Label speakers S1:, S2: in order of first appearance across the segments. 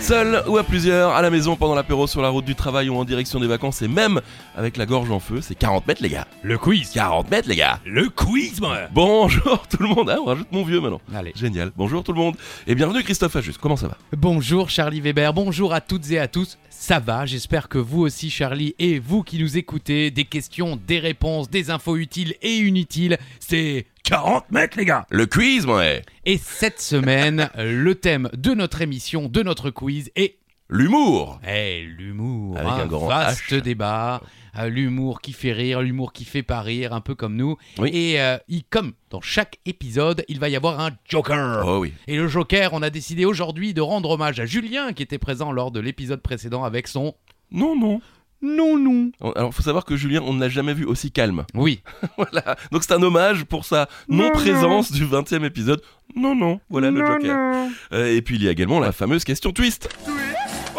S1: Seul ou à plusieurs, à la maison, pendant l'apéro, sur la route du travail ou en direction des vacances, et même avec la gorge en feu, c'est 40 mètres, les gars.
S2: Le quiz.
S1: 40 mètres, les gars.
S2: Le quiz, moi.
S1: Bonjour tout le monde. Ah, on rajoute mon vieux maintenant.
S3: Allez.
S1: Génial. Bonjour tout le monde. Et bienvenue Christophe Ajus. Comment ça va
S3: Bonjour Charlie Weber, bonjour à toutes et à tous. Ça va, j'espère que vous aussi Charlie et vous qui nous écoutez, des questions, des réponses, des infos utiles et inutiles, c'est
S2: 40 mètres, les gars.
S1: Le quiz, moi. eh.
S3: et cette semaine, le thème de notre émission, de notre quiz est
S1: L'humour.
S3: eh, l'humour,
S1: Avec un grand
S3: vaste
S1: H.
S3: débat, euh, l'humour qui fait rire, l'humour qui fait pas rire, un peu comme nous.
S1: Oui.
S3: Et euh, il- comme dans chaque épisode, il va y avoir un joker.
S1: Oh oui.
S3: Et le Joker, on a décidé aujourd'hui de rendre hommage à Julien qui était présent lors de l'épisode précédent avec son
S1: Non, non. Oh,
S3: non non.
S1: Alors, faut savoir que Julien, on ne l'a jamais vu aussi calme.
S3: Oui,
S1: Voilà. Donc, c'est un hommage pour sa non-présence du 20e épisode. Non, non. Voilà le Joker. Euh, et puis, il y a également la fameuse question twist.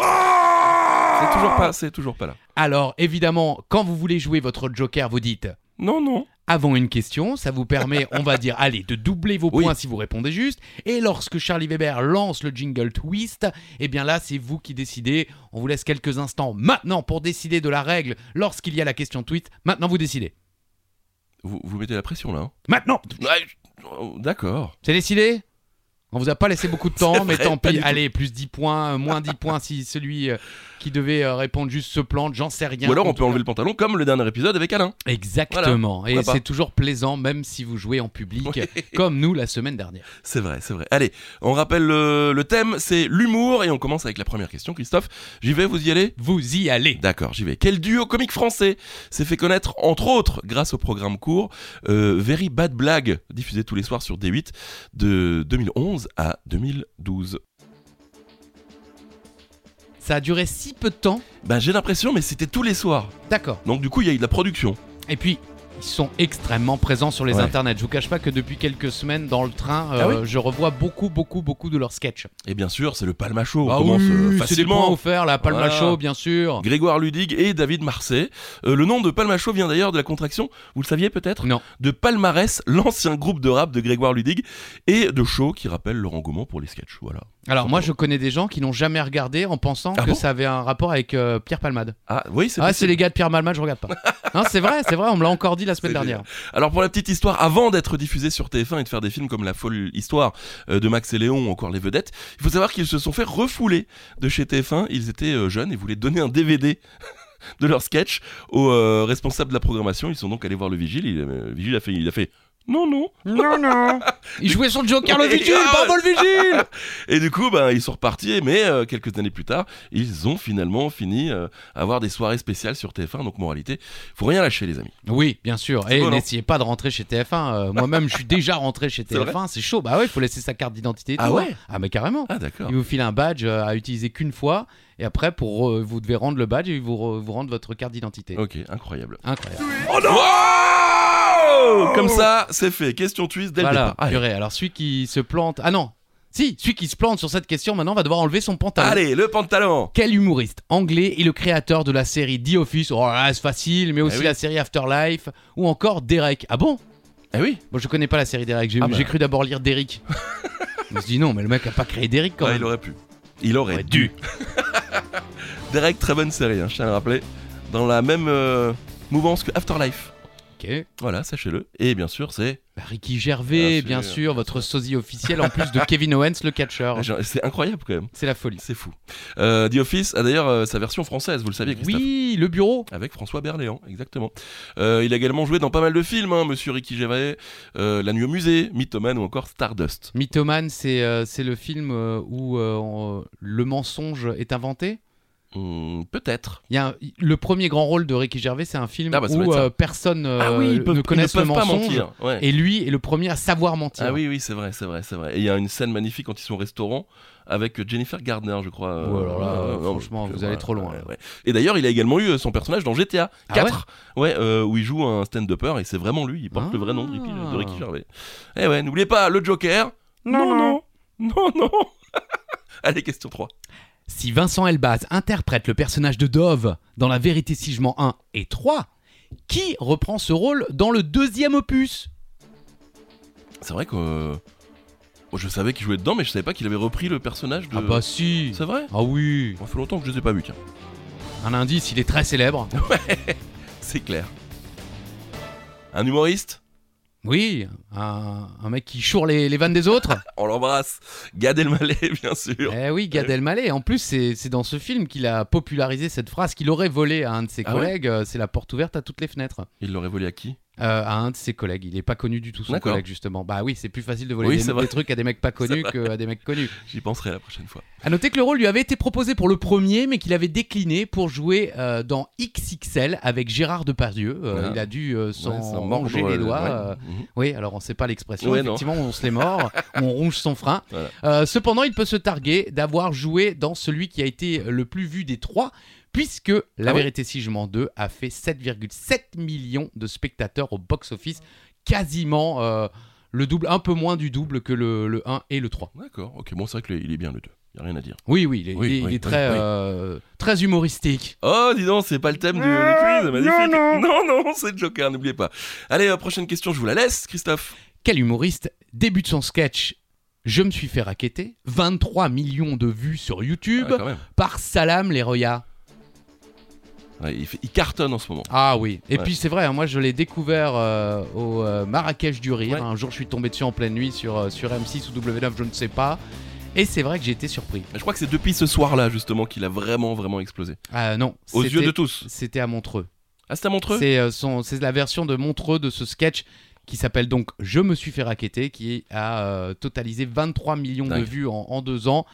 S1: C'est toujours pas, c'est toujours pas là.
S3: alors évidemment, quand vous voulez jouer votre Joker, vous dites
S1: Non, non.
S3: avant une question, ça vous permet, on va dire, allez, de doubler vos
S1: Oui.
S3: points si vous répondez juste. Et lorsque Charlie Weber lance le jingle twist, eh bien là, c'est vous qui décidez. On vous laisse quelques instants maintenant pour décider de la règle lorsqu'il y a la question twist. Maintenant, vous décidez.
S1: Vous, vous mettez la pression là. hein.
S3: Maintenant
S1: Ouais, oh, D'accord.
S3: C'est décidé On vous a pas laissé beaucoup de
S1: C'est
S3: temps, mais
S1: vrai,
S3: tant
S1: pas du
S3: pis.
S1: tout.
S3: Allez, plus 10 points, euh, moins 10 points si celui euh, qui devait euh, répondre juste se plante, j'en sais rien.
S1: Ou alors,
S3: En
S1: on
S3: tout
S1: peut
S3: cas-
S1: enlever le pantalon comme le dernier épisode avec Alain.
S3: Exactement. Et
S1: pourquoi pas.
S3: c'est toujours plaisant, même si vous jouez en public, comme nous la semaine dernière.
S1: C'est vrai, c'est vrai. Allez, on rappelle euh, le, le thème, c'est l'humour et on commence avec la première question. Christophe, j'y vais, vous y allez
S3: Vous y allez.
S1: D'accord, j'y vais. Quel duo comique français s'est fait connaître, entre autres, grâce au programme court euh, Very Bad Blague, diffusé tous les soirs sur D8 de 2011 à 2012
S3: Ça a duré si peu de temps.
S1: Bah j'ai l'impression, mais c'était tous les soirs.
S3: D'accord.
S1: Donc du coup, il y a eu de la production.
S3: Et puis, ils sont extrêmement présents sur les
S1: Ouais.
S3: internets. Je vous cache pas que depuis quelques semaines, dans le train, euh,
S1: Ah
S3: je revois beaucoup, beaucoup, beaucoup de leurs sketchs.
S1: Et bien sûr, c'est le Palma Show. on
S3: Ah
S1: commence
S3: oui,
S1: euh,
S3: c'est du point
S1: facilement.
S3: offert, la Palma
S1: Voilà.
S3: Show, bien sûr.
S1: Grégoire Ludig et David Marseille. Euh, le nom de Palma Show vient d'ailleurs de la contraction, vous le saviez peut-être
S3: Non.
S1: de Palmarès, l'ancien groupe de rap de Grégoire Ludig, et de Shaw qui rappelle Laurent Gaumont pour les sketchs. Voilà.
S3: Alors moi
S1: Simplement.
S3: je connais des gens qui n'ont jamais regardé en pensant
S1: Ah
S3: que
S1: bon
S3: ça avait un rapport avec euh, Pierre Palmade.
S1: Ah oui, c'est
S3: Ah c'est
S1: possible.
S3: les gars de Pierre Palmade, je regarde pas. non c'est vrai, c'est vrai, on me l'a encore dit la semaine
S1: C'est
S3: dernière.
S1: Alors pour la petite histoire, avant d'être diffusé sur TF1 et de faire des films comme La folle histoire euh, de Max et Léon ou encore Les Vedettes, il faut savoir qu'ils se sont fait refouler de chez TF1. Ils étaient euh, jeunes et voulaient donner un DVD. de leur sketch au euh, responsable de la programmation. Ils sont donc allés voir le vigile. Il, euh, le vigile a fait, il a fait non, non.
S3: Il jouait son Joker le
S1: Oui,
S3: vigile,
S1: ah,
S3: bravo le vigile
S1: Et du coup, ben, ils sont repartis, mais euh, quelques années plus tard, ils ont finalement fini euh, à avoir des soirées spéciales sur TF1. Donc, moralité, faut rien lâcher, les amis.
S3: Oui bien sûr,
S1: C'est
S3: et
S1: bon, non
S3: n'essayez pas de rentrer chez TF1, Euh, moi-même je suis déjà rentré chez
S1: C'est vrai
S3: TF1, c'est chaud, bah ouais il faut laisser sa carte d'identité et
S1: Ah
S3: tout,
S1: ouais
S3: hein. Ah mais carrément
S1: Ah, d'accord.
S3: il vous file un badge euh, à utiliser qu'une fois, et après pour euh, vous devez rendre le badge et ils vous, re- vous rendent votre carte d'identité.
S1: Ok, incroyable.
S3: Incroyable.
S1: Oh non Comme ça, c'est fait. Question twist dès le
S3: Voilà,
S1: départ. Allez.
S3: purée. Alors celui qui se plante, ah non, si celui qui se plante sur cette question maintenant va devoir enlever son pantalon.
S1: Allez, le pantalon
S3: Quel humoriste anglais est le créateur de la série The Office Oh là, là, c'est facile, mais aussi
S1: Bah oui.
S3: la série Afterlife ou encore Derek. Ah bon
S1: Eh oui
S3: Bon, je connais pas la série Derek, j'ai
S1: Ah bah.
S3: j'ai cru d'abord lire Derek. je me suis dit non, mais le mec a pas créé Derek quand
S1: Ouais,
S3: même.
S1: Il aurait pu. Il aurait
S3: Ouais,
S1: dû. Derek, très bonne série, hein, je tiens à le rappeler. Dans la même euh, mouvance que Afterlife.
S3: Ok.
S1: Voilà, sachez-le. Et bien sûr, c'est.
S3: Bah, Ricky Gervais,
S1: Bien
S3: bien,
S1: sûr,
S3: sûr, votre sosie officiel en plus de Kevin Owens, le catcheur.
S1: C'est incroyable quand même.
S3: C'est la folie.
S1: C'est fou. Euh, The Office a d'ailleurs euh, sa version française, vous le saviez, Christophe
S3: Oui, le bureau.
S1: Avec François Berléand, exactement. Euh, il a également joué dans pas mal de films, hein, Monsieur Ricky Gervais, euh, La Nuit au Musée, Mythoman ou encore Stardust.
S3: Mythoman, c'est euh, c'est le film euh, où euh, on- le mensonge est inventé.
S1: Hmm, Peut-être.
S3: Il y a un- le premier grand rôle de Ricky Gervais, c'est un film
S1: Ah bah, ça doit
S3: où
S1: être ça.
S3: euh, personne euh,
S1: Ah oui, ils, peuvent,
S3: ne
S1: ils
S3: connaît
S1: ne
S3: le
S1: peuvent pas
S3: mensonge.
S1: mentir. ouais.
S3: Et lui est le premier à savoir mentir.
S1: Ah oui, oui, c'est vrai, c'est vrai, c'est vrai. Et il y a une scène magnifique quand ils sont au restaurant avec Jennifer Gardner, je crois.
S3: Ouais, alors là, euh,
S1: non,
S3: franchement,
S1: je-
S3: vous allez trop loin,
S1: ouais,
S3: là.
S1: ouais. Et d'ailleurs, il a également eu euh, son personnage dans GTA
S3: Ah
S1: 4, ouais, euh, où il joue un stand-upper et c'est vraiment lui. Il porte le vrai nom de Ricky,
S3: Ah.
S1: de Ricky Gervais. Eh ouais, n'oubliez pas le Joker. Non, non, non, non. allez, question 3.
S3: Si Vincent Elbaz interprète le personnage de Dove dans La vérité si je mens 1 et 3, Qui reprend ce rôle dans le deuxième opus
S1: C'est vrai que. euh, Je savais qu'il jouait dedans, mais je savais pas qu'il avait repris le personnage de.
S3: Ah bah si
S1: C'est vrai
S3: Ah oui
S1: Ça fait longtemps que je les ai pas vus, tiens.
S3: Un indice, il est très célèbre.
S1: C'est clair. Un humoriste
S3: Oui, un, un mec qui choure les, les vannes des autres.
S1: On l'embrasse. Gad Elmaleh, bien sûr.
S3: eh oui, Gad Elmaleh. En plus, c'est c'est dans ce film qu'il a popularisé cette phrase qu'il aurait volée à un de ses
S1: Ah ouais
S3: collègues. euh, C'est la porte ouverte à toutes les fenêtres.
S1: Il l'aurait volé à qui
S3: Euh, à un de ses collègues. Il est pas connu du tout, son
S1: D'accord.
S3: collègue, justement. Bah oui, c'est plus facile de voler
S1: Oui,
S3: des,
S1: c'est vrai.
S3: des trucs à des mecs pas connus
S1: C'est
S3: qu'à des mecs connus.
S1: J'y penserai la prochaine fois.
S3: À noter que le rôle lui avait été proposé pour le premier, mais qu'il avait décliné pour jouer euh, dans XXL avec Gérard Depardieu. Euh,
S1: Ah.
S3: Il a dû euh, s'en
S1: Ouais, ça mord,
S3: manger
S1: euh,
S3: les doigts.
S1: ouais.
S3: euh,
S1: Mhm.
S3: oui, alors on sait pas l'expression,
S1: Ouais, non.
S3: effectivement, on se les mord, on ronge son frein.
S1: Voilà.
S3: Euh, cependant, il peut se targuer d'avoir joué dans celui qui a été le plus vu des trois, puisque La
S1: Ah ouais
S3: vérité si je mens 2 a fait 7,7 millions de spectateurs au box-office, quasiment euh, le double, un peu moins du double que le, le 1 et le 3.
S1: D'accord, ok, bon, c'est vrai qu'il est bien le 2. Y a rien à dire.
S3: Oui, oui, il est,
S1: Oui,
S3: il
S1: oui,
S3: est- il est
S1: oui,
S3: très,
S1: oui.
S3: euh, très humoristique.
S1: Oh, dis donc, c'est pas le thème du du quiz, magnifique. Non, non, c'est le Joker, n'oubliez pas. Allez, euh, prochaine question, je vous la laisse, Christophe.
S3: Quel humoriste débute son sketch Je me suis fait raqueter, 23 millions de vues sur
S1: Ah,
S3: YouTube
S1: quand même.
S3: par Salam Les Roya.
S1: Ouais, il, fait- il cartonne en ce moment.
S3: Ah oui, et
S1: Ouais.
S3: puis c'est vrai, hein, moi je l'ai découvert euh, au euh, Marrakech du Rire.
S1: Ouais.
S3: Un jour je suis tombé dessus en pleine nuit sur, euh, sur M6 ou W9, je ne sais pas. Et c'est vrai que j'ai été surpris.
S1: Je crois que c'est depuis ce soir-là, justement, qu'il a vraiment, vraiment explosé.
S3: Ah non,
S1: Aux
S3: c'était-
S1: yeux de tous.
S3: C'était à Montreux.
S1: Ah, c'était à Montreux
S3: C'est euh, son- c'est la version de Montreux de ce sketch qui s'appelle donc Je me suis fait raqueter, qui a euh, totalisé 23 millions de
S1: Dingue.
S3: vues en, en deux ans.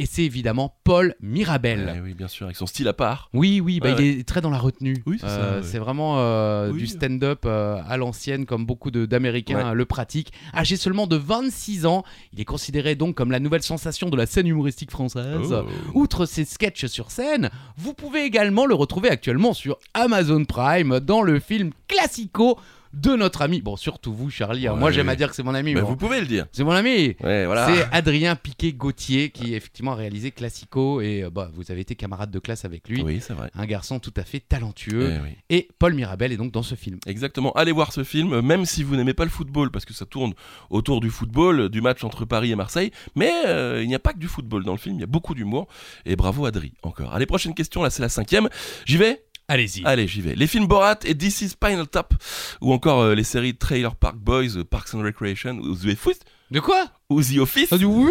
S3: Et c'est évidemment Paul Mirabel.
S1: Ouais, Eh Oui, bien sûr, avec son style à part.
S3: Oui, oui, bah,
S1: Ouais,
S3: il est très dans la retenue.
S1: Oui, c'est ça,
S3: Euh,
S1: ouais.
S3: c'est vraiment euh,
S1: Oui.
S3: du stand-up euh, à l'ancienne, comme beaucoup de- d'Américains
S1: Ouais.
S3: euh, le pratiquent. Âgé seulement de 26 ans, il est considéré donc comme la nouvelle sensation de la scène humoristique française.
S1: Oh.
S3: Outre ses sketchs sur scène, vous pouvez également le retrouver actuellement sur Amazon Prime dans le film classico de notre ami. Bon, surtout vous, Charlie. hein.
S1: Ouais.
S3: Moi, j'aime à dire que c'est mon ami.
S1: Bah,
S3: moi.
S1: vous pouvez le dire.
S3: C'est mon ami.
S1: Ouais, voilà.
S3: C'est Adrien Piquet-Gauthier qui effectivement a réalisé Classico et euh, bah, vous avez été camarade de classe avec lui
S1: Oui, c'est vrai.
S3: un garçon tout à fait talentueux.
S1: Eh oui.
S3: Et Paul Mirabel est donc dans ce film.
S1: Exactement. Allez voir ce film, euh, même si vous n'aimez pas le football, parce que ça tourne autour du football, euh, du match entre Paris et Marseille. Mais euh, il n'y a pas que du football dans le film, il y a beaucoup d'humour. Et bravo Adri, encore. Allez, prochaine question, là c'est la cinquième. J'y vais
S3: Allez-y.
S1: Allez, j'y vais. Les films Borat et This is Spinal Tap, ou encore euh, les séries Trailer Park Boys, euh, Parks and Recreation, ou The Office,
S3: De quoi
S1: ou The Office.
S3: Ah, du oui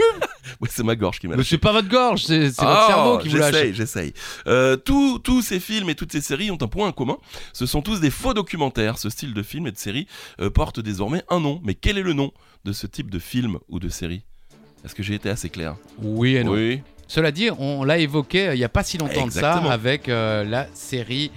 S1: Ouais, c'est ma gorge qui m'a
S3: Mais c'est pas votre gorge, c'est c'est votre
S1: Oh,
S3: cerveau qui vous lâche.
S1: J'essaye, j'essaye. Euh, tous, tous ces films et toutes ces séries ont un point en commun. Ce sont tous des faux documentaires. Ce style de film et de série euh, porte désormais un nom. Mais quel est le nom de ce type de film ou de série Est-ce que j'ai été assez clair
S3: Oui et Eh non.
S1: Oui.
S3: Cela dit, on l'a évoqué euh, il n'y a pas si longtemps de
S1: Exactement.
S3: ça avec euh, la série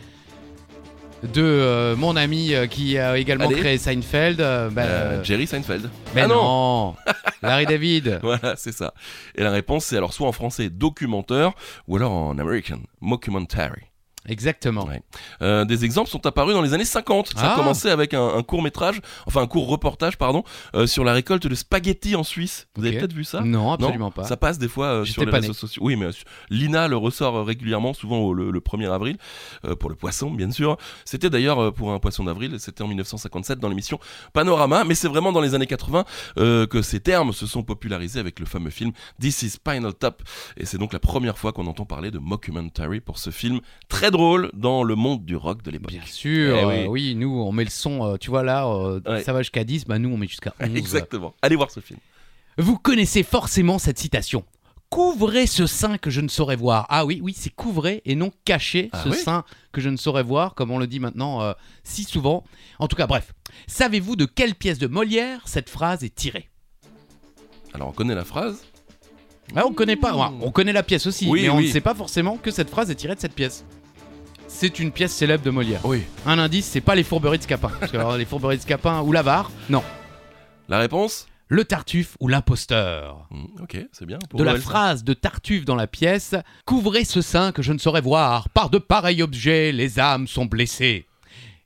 S3: de euh, mon ami euh, qui a également
S1: Allez.
S3: créé Seinfeld. euh, bah,
S1: Euh,
S3: euh,
S1: Jerry Seinfeld.
S3: mais
S1: Ah non
S3: non, Larry David.
S1: Voilà, c'est ça. Et la réponse, c'est alors soit en français documentaire ou alors en American mockumentary.
S3: Exactement.
S1: Ouais. Euh, des exemples sont apparus dans les années 50. Ça
S3: Ah.
S1: a commencé avec un, court métrage, enfin un court reportage, pardon, euh, sur la récolte de spaghettis en Suisse. Vous avez
S3: Ok.
S1: peut-être vu ça
S3: Non, absolument pas.
S1: Ça passe des fois euh,
S3: J'étais
S1: sur les
S3: pas
S1: réseaux
S3: né.
S1: sociaux. Oui, mais euh, sur- Lina le ressort euh, régulièrement, souvent au- le, le 1er avril, euh, pour le poisson, bien sûr. C'était d'ailleurs euh, pour un poisson d'avril, c'était en 1957 dans l'émission Panorama, mais c'est vraiment dans les années 80 euh, que ces termes se sont popularisés avec le fameux film This is Spinal Tap. Et c'est donc la première fois qu'on entend parler de mockumentary pour ce film très drôle dans le monde du rock de l'époque.
S3: Bien sûr,
S1: Eh oui.
S3: euh, oui, nous on met le son, euh, tu vois là, euh,
S1: Ouais.
S3: ça va jusqu'à 10, bah nous on met jusqu'à 11.
S1: Exactement. Allez voir ce film.
S3: Vous connaissez forcément cette citation. Couvrez ce sein que je ne saurais voir. Ah oui, oui, c'est couvrez et non cacher
S1: Ah
S3: ce
S1: oui
S3: sein que je ne saurais voir, comme on le dit maintenant euh, si souvent. En tout cas, bref. Savez-vous de quelle pièce de Molière cette phrase est tirée
S1: Alors on connaît la phrase.
S3: ah, On connaît pas. ouais, on connaît la pièce aussi,
S1: Mmh. Oui,
S3: mais on
S1: oui.
S3: ne sait pas forcément que cette phrase est tirée de cette pièce. C'est une pièce célèbre de Molière.
S1: Oui.
S3: Un indice, c'est pas les fourberies de Scapin. Parce que alors, les fourberies de Scapin ou l'avare, non.
S1: La réponse
S3: Le Tartuffe ou l'imposteur.
S1: Hmm, Ok, c'est bien. Pour
S3: de la
S1: Noël, ça.
S3: phrase de Tartuffe dans la pièce Couvrez ce sein que je ne saurais voir, par de pareils objets les âmes sont blessées.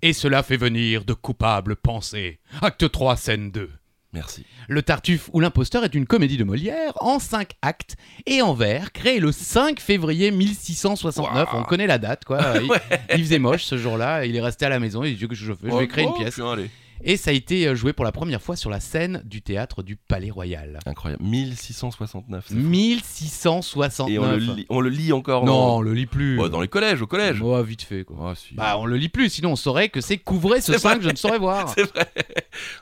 S3: Et cela fait venir de coupables pensées. Acte 3, scène 2.
S1: Merci.
S3: Le Tartuffe ou l'imposteur est une comédie de Molière en 5 actes et en vers, créée le 5 février 1669.
S1: Waouh.
S3: On connaît la date, quoi. Il, il faisait moche ce jour-là, il est resté à la maison, il dit que je, fais, je vais créer une
S1: Oh,
S3: pièce.
S1: putain, allez.
S3: Et ça a été euh, joué pour la première fois sur la scène du théâtre du Palais Royal.
S1: Incroyable. 1669. c'est fou.
S3: 1669.
S1: Et on le, lit, on le lit encore
S3: non,
S1: dans-
S3: on le lit plus.
S1: Oh, dans les collèges, au collège.
S3: Oh, vite fait, quoi.
S1: Oh, si.
S3: Bah, on le lit plus, sinon on saurait que c'est couvrez ce
S1: C'est
S3: 5, je ne saurais voir.
S1: C'est vrai.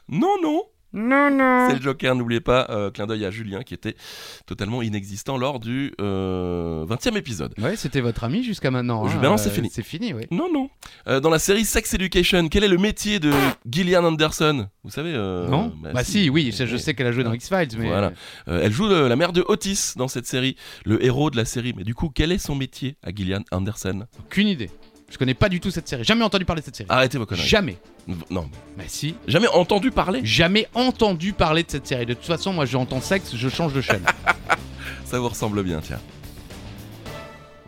S1: Non, non.
S3: Non, non.
S1: C'est le Joker, n'oubliez pas, euh, clin d'œil à Julien qui était totalement inexistant lors du euh, 20e épisode.
S3: Ouais, c'était votre ami jusqu'à maintenant.
S1: Je-
S3: hein.
S1: ben non, c'est
S3: Euh,
S1: fini.
S3: C'est fini, oui.
S1: Non, non. Euh, dans la série Sex Education, quel est le métier de Gillian Anderson Vous savez euh,
S3: non Bah, si, oui, ça, je sais qu'elle a joué dans X-Files, mais.
S1: Voilà. Euh, elle joue euh, la mère de Otis dans cette série, le héros de la série. Mais du coup, quel est son métier à Gillian Anderson
S3: Aucune idée. Je connais pas du tout cette série. Jamais entendu parler de cette série.
S1: Arrêtez vos conneries.
S3: jamais.
S1: Non,
S3: Bah, si.
S1: jamais entendu parler.
S3: Jamais entendu parler de cette série. De toute façon, moi, j'entends sexe, je change de chaîne.
S1: Ça vous ressemble bien, tiens.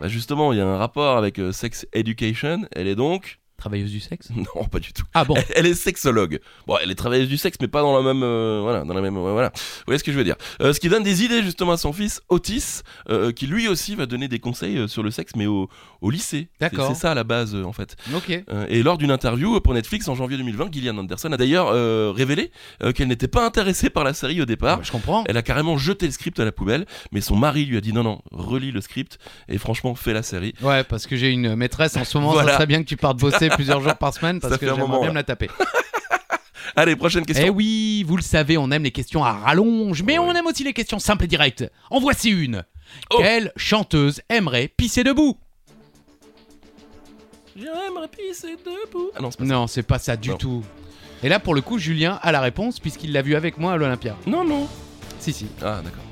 S1: Bah justement, il y a un rapport avec euh, Sex Education. Elle est donc...
S3: Travailleuse du sexe
S1: Non, pas du tout.
S3: Ah bon
S1: Elle- Elle est sexologue. Bon, elle est travailleuse du sexe, mais pas dans la même, euh, voilà, dans la même, ouais, voilà. Vous voyez ce que je veux dire Euh, Ce qui donne des idées justement à son fils Otis, euh, qui lui aussi va donner des conseils euh, sur le sexe, mais au, au lycée. C'est-
S3: D'accord.
S1: C'est ça la base euh, en fait.
S3: Ok.
S1: Euh, et lors d'une interview pour Netflix en janvier 2020, Gillian Anderson a d'ailleurs euh, révélé euh, qu'elle n'était pas intéressée par la série au départ.
S3: Bah, je comprends.
S1: Elle a carrément jeté le script à la poubelle, mais son mari lui a dit non non, relis le script et franchement fais la série.
S3: Ouais, parce que j'ai une maîtresse en ce moment,
S1: Voilà.
S3: ça serait bien que tu partes bosser plusieurs jours par semaine parce
S1: Ça
S3: que
S1: fait un
S3: j'aimerais
S1: moment,
S3: bien
S1: là.
S3: me la taper.
S1: Allez prochaine question.
S3: Eh oui, vous le savez, on aime les questions à rallonge, mais
S1: Ouais.
S3: on aime aussi les questions simples et directes. En voici une.
S1: Oh.
S3: Quelle chanteuse aimerait pisser debout
S1: Eh J'aimerais pisser debout. Ah non c'est pas ça.
S3: Non, c'est pas ça du
S1: Non.
S3: tout. Et là, pour le coup, Julien a la réponse puisqu'il l'a vu avec moi à l'Olympia.
S1: Non non.
S3: Si, si.
S1: Ah d'accord.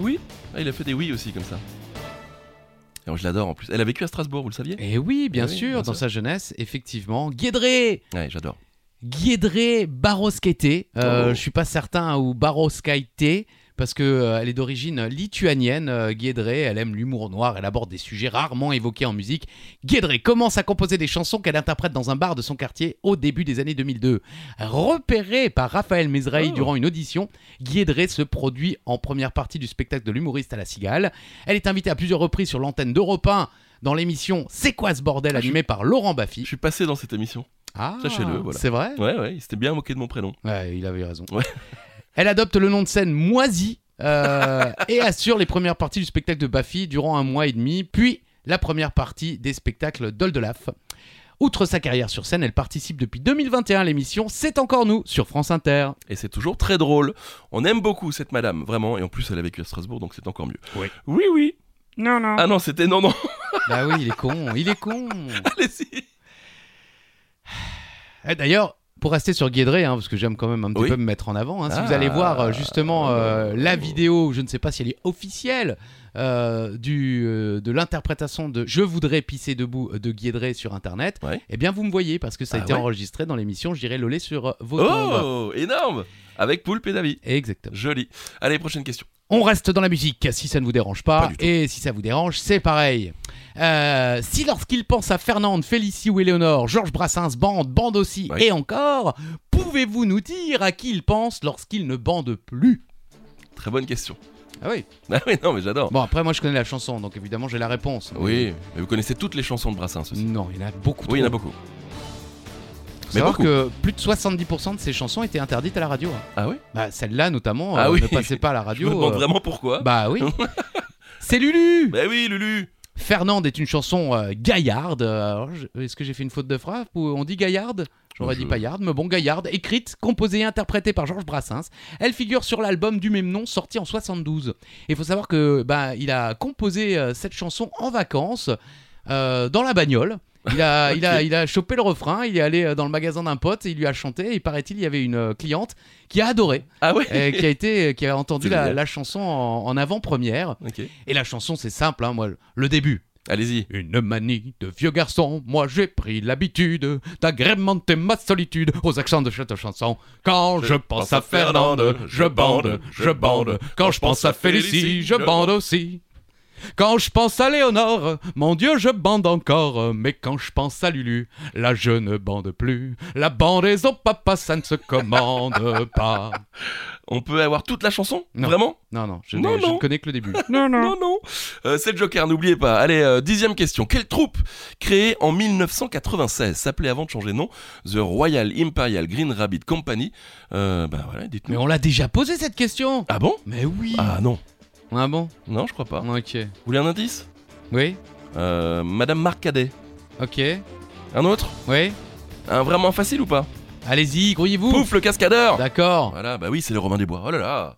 S1: Oui Ah, Il a fait des oui aussi comme ça. Alors, je l'adore en plus. Elle a vécu à Strasbourg, vous le saviez
S3: Et oui, bien
S1: Eh oui,
S3: sûr,
S1: bien
S3: dans
S1: sûr.
S3: sa jeunesse, effectivement. Guédré
S1: Ouais, j'adore.
S3: Guédré Barosqueté. Euh,
S1: Oh.
S3: Je suis pas certain, ou Barosquaité. Parce que euh, elle est d'origine lituanienne, euh, Guédré, elle aime l'humour noir, elle aborde des sujets rarement évoqués en musique. Guédré commence à composer des chansons qu'elle interprète dans un bar de son quartier au début des années 2002. Repérée par Raphaël Mizrahi
S1: Oh.
S3: durant une audition, Guédré se produit en première partie du spectacle de l'humoriste à la cigale. Elle est invitée à plusieurs reprises sur l'antenne d'Europe 1 dans l'émission C'est quoi ce bordel animée par Laurent
S1: Ah, Je
S3: Baffy.
S1: suis passé dans cette émission.
S3: Ah,
S1: Sachez-le, voilà.
S3: C'est vrai
S1: Ouais, ouais, il s'était bien moqué de mon prénom.
S3: Ouais, il avait raison.
S1: Ouais.
S3: Elle adopte le nom de scène Moisi euh, et assure les premières parties du spectacle de Baffy durant un mois et demi, puis la première partie des spectacles d'Oldelaf. Outre sa carrière sur scène, elle participe depuis 2021 à l'émission C'est encore nous sur France Inter.
S1: Et c'est toujours très drôle. On aime beaucoup cette madame, vraiment. Et en plus, elle a vécu à Strasbourg, donc c'est encore mieux.
S2: Oui.
S1: Oui, oui. Non, non. Ah non, c'était non, non.
S3: Bah oui, il est con, il est con.
S1: Allez-y.
S3: Eh, D'ailleurs, pour rester sur Guédré, hein, parce que j'aime quand même un petit
S1: Oui.
S3: peu me mettre en avant, hein, si
S1: Ah.
S3: vous allez voir euh, justement euh,
S1: Oh.
S3: la vidéo, je ne sais pas si elle est officielle, euh, du, euh, de l'interprétation de Je voudrais pisser debout de Guédré sur Internet,
S1: Ouais.
S3: eh bien vous me voyez parce que ça a
S1: Ah
S3: été
S1: ouais.
S3: enregistré dans l'émission Je dirais Lolé sur euh, vos tombes.
S1: Oh, énorme. Avec Poulpe et David.
S3: Exactement.
S1: Joli. Allez, prochaine question.
S3: On reste dans la musique si ça ne vous dérange
S1: Pas
S3: pas,
S1: du tout.
S3: et si ça vous dérange, c'est pareil. Euh, si lorsqu'il pense à Fernande, Félicie ou Éléonore, Georges Brassens bande, bande aussi,
S1: Oui.
S3: et encore, pouvez-vous nous dire à qui il pense lorsqu'il ne bande plus
S1: Très bonne question.
S3: Ah oui.
S1: Ah oui, non, mais j'adore.
S3: Bon, après, moi je connais la chanson, donc évidemment j'ai la réponse.
S1: Oui, mais vous connaissez toutes les chansons de Brassens aussi.
S3: Non, il y en a beaucoup
S1: Oui, il y en a
S3: trop.
S1: beaucoup.
S3: Faut
S1: mais
S3: savoir
S1: beaucoup.
S3: que plus de 70% de ces chansons étaient interdites à la radio. hein.
S1: Ah oui
S3: Bah, celle-là notamment
S1: Ah
S3: euh,
S1: oui.
S3: ne passait pas à la
S1: Je
S3: radio.
S1: me demande
S3: euh,
S1: vraiment pourquoi.
S3: Bah oui. C'est Lulu
S1: Bah oui, Lulu.
S3: Fernande est une chanson euh, gaillarde. Euh, alors, je- Est-ce que j'ai fait une faute de frappe ou on dit gaillarde J'aurais
S1: Je-
S3: dit paillarde, mais bon, gaillarde, écrite, composée et interprétée par Georges Brassens. Elle figure sur l'album du même nom sorti en 72. Il faut savoir que bah, il a composé euh, cette chanson en vacances euh, dans la bagnole. Il a, il, a, il a chopé le refrain, il est allé euh, dans le magasin d'un pote et il lui a chanté. Et paraît-il, il y avait une euh, cliente qui a adoré,
S1: Ah oui
S3: euh, qui a été, qui a entendu
S1: C'est
S3: la,
S1: génial.
S3: la chanson en, en avant-première.
S1: Ok.
S3: Et la chanson, c'est simple, hein, moi, le début.
S1: Allez-y.
S3: Une manie de vieux garçon, moi j'ai pris l'habitude d'agrémenter ma solitude aux accents de cette chanson. Quand je, pense, à Fernande, je bande, je bande. Quand je pense à Félicie, je bande aussi. Quand je pense à Léonore, mon Dieu, je bande encore. Mais quand je pense à Lulu, là, je ne bande plus. La bandaison, papa, ça ne se commande pas.
S1: On peut avoir toute la chanson
S3: Non.
S1: Vraiment
S3: Non, non, je,
S1: Non,
S3: n'ai- je
S1: non.
S3: ne connais que le début.
S1: Non, non. Euh, c'est le Joker, n'oubliez pas. Allez, euh, dixième question. Quelle troupe, créée en 1996, s'appelait avant de changer de nom The Royal Imperial Green Rabbit Company euh, Bah voilà,
S3: Mais
S1: dites-nous.
S3: on l'a déjà posé cette question
S1: Ah bon
S3: Mais oui
S1: Ah non.
S3: Ah bon
S1: Non, je crois pas.
S3: Ok.
S1: Vous voulez un indice
S3: Oui
S1: Euh, Madame Marcadet.
S3: Ok.
S1: Un autre
S3: Oui
S1: Un vraiment facile ou pas
S3: Allez-y, grouillez-vous
S1: Pouf, le cascadeur
S3: D'accord.
S1: Voilà, bah oui, c'est le Romain des Bois. Oh là là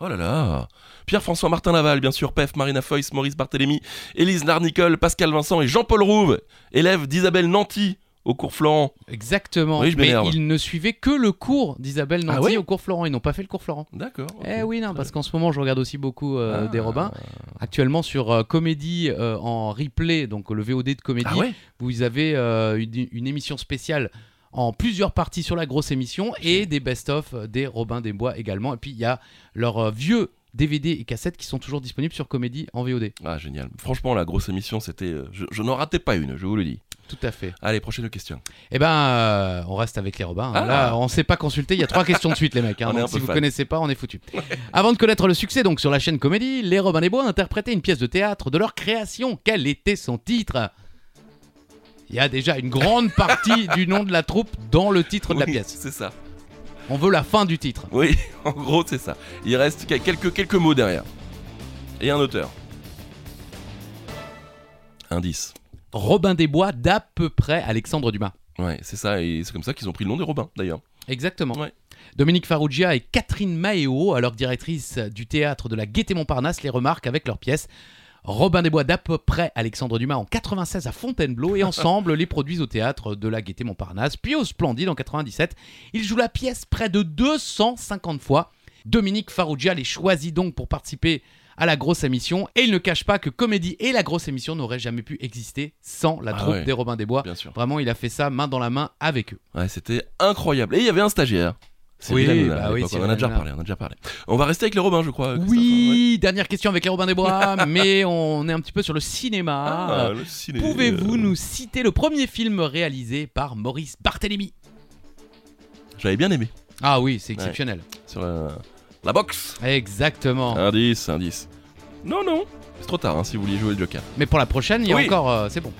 S1: Oh là là Pierre-François Martin Laval, bien sûr, Pef, Marina Foïs, Maurice Barthélémy, Élise Narnicole, Pascal Vincent et Jean-Paul Rouve, élève d'Isabelle Nanty au cours Florent.
S3: Exactement.
S1: Oui, je
S3: Mais
S1: m'énerve.
S3: ils ne suivaient que le cours d'Isabelle Nanty
S1: Ah ouais
S3: au cours Florent. Ils n'ont pas fait le cours Florent.
S1: D'accord. ok.
S3: Eh oui, non, parce qu'en ce moment, je regarde aussi beaucoup euh,
S1: Ah.
S3: des Robins. Actuellement, sur euh, Comédie euh, en replay, donc le VOD de Comédie,
S1: Ah ouais
S3: vous avez euh, une, une émission spéciale en plusieurs parties sur la grosse émission et des best-of des Robins des Bois également. Et puis, il y a leurs euh, vieux DVD et cassettes qui sont toujours disponibles sur Comédie en VOD.
S1: Ah, génial. Franchement, la grosse émission, c'était. euh, Je, je n'en ratais pas une, je vous le dis.
S3: Tout à fait.
S1: Allez, prochaine question.
S3: Eh ben, euh, on reste avec les Robins. hein.
S1: Ah.
S3: Là, on s'est pas consulté. Il y a trois questions de suite, les mecs. hein.
S1: On est
S3: Donc,
S1: un
S3: si
S1: peu
S3: vous
S1: fan.
S3: connaissez pas, on est foutu. Avant de connaître le succès, donc sur la chaîne Comédie, les Robins des Bois interprétaient une pièce de théâtre de leur création. Quel était son titre Il y a déjà une grande partie du nom de la troupe dans le titre de la
S1: Oui,
S3: pièce.
S1: C'est ça.
S3: On veut la fin du titre.
S1: Oui, en gros, c'est ça. Il reste que- quelques, quelques mots derrière. Et un auteur. Indice.
S3: Robin des Bois d'à peu près Alexandre Dumas.
S1: Ouais, c'est ça, et c'est comme ça qu'ils ont pris le nom de Robin, d'ailleurs.
S3: Exactement.
S1: Ouais.
S3: Dominique Farrugia et Catherine Maéo, alors directrice du théâtre de la Gaîté Montparnasse, les remarquent avec leur pièce Robin des Bois d'à peu près Alexandre Dumas en 96 à Fontainebleau et ensemble les produisent au théâtre de la Gaîté Montparnasse, puis au Splendide en 97. Ils jouent la pièce près de 250 fois. Dominique Farrugia les choisit donc pour participer à la grosse émission et il ne cache pas que Comédie et la grosse émission n'auraient jamais pu exister sans la
S1: Ah
S3: troupe
S1: ouais.
S3: des Robin des Bois.
S1: Bien sûr.
S3: Vraiment, il a fait ça main dans la main avec eux.
S1: Ouais, c'était incroyable. Et il y avait un stagiaire.
S3: Oui,
S1: Cyril Hanouna,
S3: bah
S1: à
S3: oui,
S1: l'époque. on
S3: Cyril
S1: en a déjà
S3: Hanouna.
S1: parlé, on en a déjà parlé. On va rester avec les Robins, je crois. Christophe, hein, ouais.
S3: Oui, dernière question avec les Robins des Bois, mais on est un petit peu sur le cinéma.
S1: Ah,
S3: Euh,
S1: le ciné,
S3: Pouvez-vous
S1: euh,
S3: nous citer le premier film réalisé par Maurice Barthélémy
S1: J'avais bien aimé.
S3: Ah oui, c'est exceptionnel.
S1: Sur la, la boxe.
S3: Exactement.
S1: Indice, indice. Non, non. C'est trop tard hein, si vous vouliez jouer le Joker.
S3: Mais pour la prochaine, il y a
S1: Oui.
S3: encore, euh, c'est bon.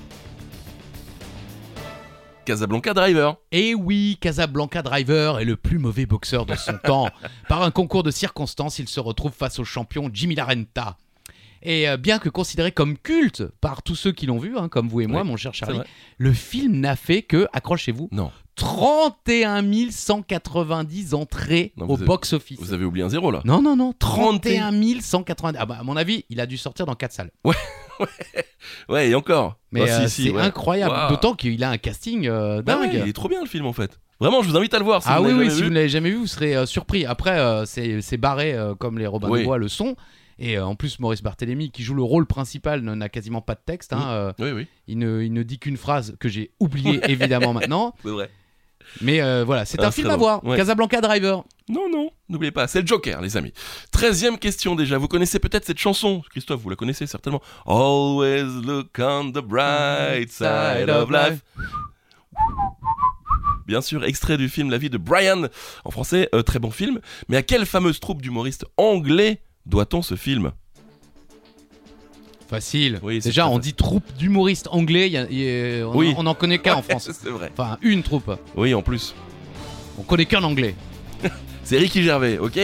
S1: Casablanca Driver.
S3: Et Eh oui, Casablanca Driver est le plus mauvais boxeur de son temps. Par un concours de circonstances, il se retrouve face au champion Jimmy Larenta. Et euh, bien que considéré comme culte par tous ceux qui l'ont vu, hein, comme vous et moi,
S1: Oui,
S3: mon cher Charlie,
S1: vrai.
S3: le film n'a fait que, accrochez-vous,
S1: Non.
S3: 31 190 entrées
S1: Non,
S3: au
S1: vous avez-
S3: box-office.
S1: Vous avez oublié un zéro là.
S3: Non, non, non, 31 190. Ah bah, à mon avis, il a dû sortir dans 4 salles.
S1: Ouais, et encore.
S3: Mais
S1: Ah, si,
S3: euh,
S1: si,
S3: c'est
S1: ouais.
S3: incroyable,
S1: Waouh.
S3: d'autant qu'il a un casting euh,
S1: Bah
S3: dingue.
S1: ouais, il est trop bien le film en fait. Vraiment, je vous invite à le voir. Si
S3: ah
S1: vous
S3: oui,
S1: n'avez jamais
S3: oui, si
S1: vu.
S3: vous ne l'avez jamais vu, vous serez euh, surpris. Après, euh, c'est c'est barré euh, comme les Robin
S1: Oui.
S3: des Bois le sont. Et euh, en plus, Maurice Barthélémy, qui joue le rôle principal, ne- n'a quasiment pas de texte. hein,
S1: Oui. Oui,
S3: euh,
S1: oui,
S3: il, ne, il ne dit qu'une phrase que j'ai oubliée, évidemment, maintenant.
S1: c'est vrai.
S3: Mais euh, voilà, c'est
S1: Ah,
S3: un
S1: c'est
S3: film
S1: très
S3: à voir.
S1: drôle. Ouais.
S3: Casablanca Driver.
S1: Non, non, n'oubliez pas, c'est le Joker, les amis. Treizième question déjà, vous connaissez peut-être cette chanson, Christophe, vous la connaissez certainement. Always look on the bright side of life. Bien sûr, extrait du film La vie de Brian, en français, euh, très bon film. Mais à quelle fameuse troupe d'humoristes anglais doit-on ce film
S3: Facile.
S1: Oui, c'est
S3: Déjà,
S1: très
S3: on
S1: facile.
S3: dit troupe d'humoristes anglais. il y a- il y a- on,
S1: Oui.
S3: on en connaît qu'un en France.
S1: C'est vrai.
S3: Enfin, une troupe.
S1: Oui, en plus.
S3: On connaît qu'un anglais.
S1: C'est Ricky Gervais, ok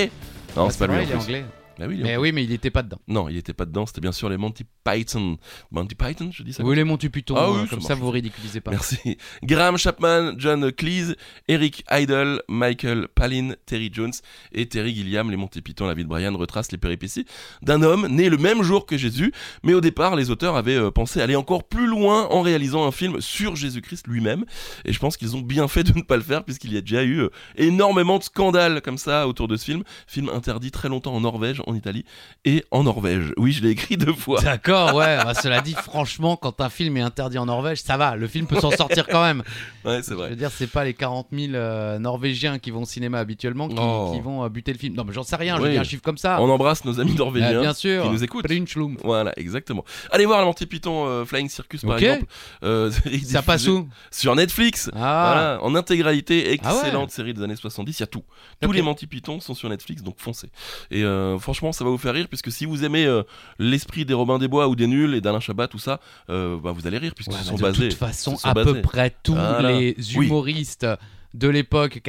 S1: Non,
S3: Ah,
S1: c'est pas lui
S3: vrai,
S1: en
S3: il est
S1: plus.
S3: anglais.
S1: Bah oui, il est
S3: Mais
S1: anglais.
S3: oui, mais il n'était pas dedans.
S1: Non, il était pas dedans, c'était bien sûr les Monty Python. Monty Python, je dis ça
S3: Vous voulez Monty Python,
S1: Ah
S3: euh,
S1: oui, ça
S3: comme ça,
S1: marche.
S3: vous ridiculisez pas.
S1: Merci. Graham Chapman, John Cleese, Eric Idle, Michael Palin, Terry Jones et Terry Gilliam, les Monty Python, la vie de Brian, retracent les péripéties d'un homme né le même jour que Jésus. Mais au départ, les auteurs avaient euh, pensé aller encore plus loin en réalisant un film sur Jésus-Christ lui-même. Et je pense qu'ils ont bien fait de ne pas le faire puisqu'il y a déjà eu euh, énormément de scandales comme ça autour de ce film. Film interdit très longtemps en Norvège, en Italie et en Norvège. Oui, je l'ai écrit deux fois.
S3: D'accord, ouais. bah, cela dit, franchement, quand un film est interdit en Norvège, ça va. Le film peut s'en sortir quand même.
S1: Ouais, c'est
S3: Je
S1: vrai.
S3: veux dire, c'est pas les 40 000 euh, Norvégiens qui vont au cinéma habituellement qui,
S1: Oh.
S3: qui vont euh, buter le film. Non, mais j'en sais rien.
S1: Oui.
S3: Je dis un chiffre comme ça.
S1: On embrasse nos amis
S3: Euh,
S1: norvégiens.
S3: Ah. bien sûr.
S1: qui nous écoutent.
S3: Princhlum.
S1: Voilà, exactement. Allez voir l'Anti Python euh, Flying Circus par
S3: Ok.
S1: exemple. Euh, série
S3: Ça
S1: diffusée
S3: passe où
S1: Sur Netflix.
S3: Ah.
S1: Voilà, en intégralité,
S3: Ah ouais.
S1: excellente série des années 70, il y a tout. Tous
S3: Ok.
S1: les Monty Python sont sur Netflix, donc foncez. Et euh, franchement, ça va vous faire rire, puisque si vous aimez euh, l'esprit des Robins des Bois ou des Nuls et d'Alain Chabat, tout ça, euh, bah, vous allez rire, puisque
S3: Ouais,
S1: ce
S3: bah,
S1: sont
S3: de
S1: basés.
S3: toute façon,
S1: se sont
S3: à
S1: basés.
S3: peu près tous
S1: Voilà.
S3: les
S1: Oui.
S3: humoristes de l'époque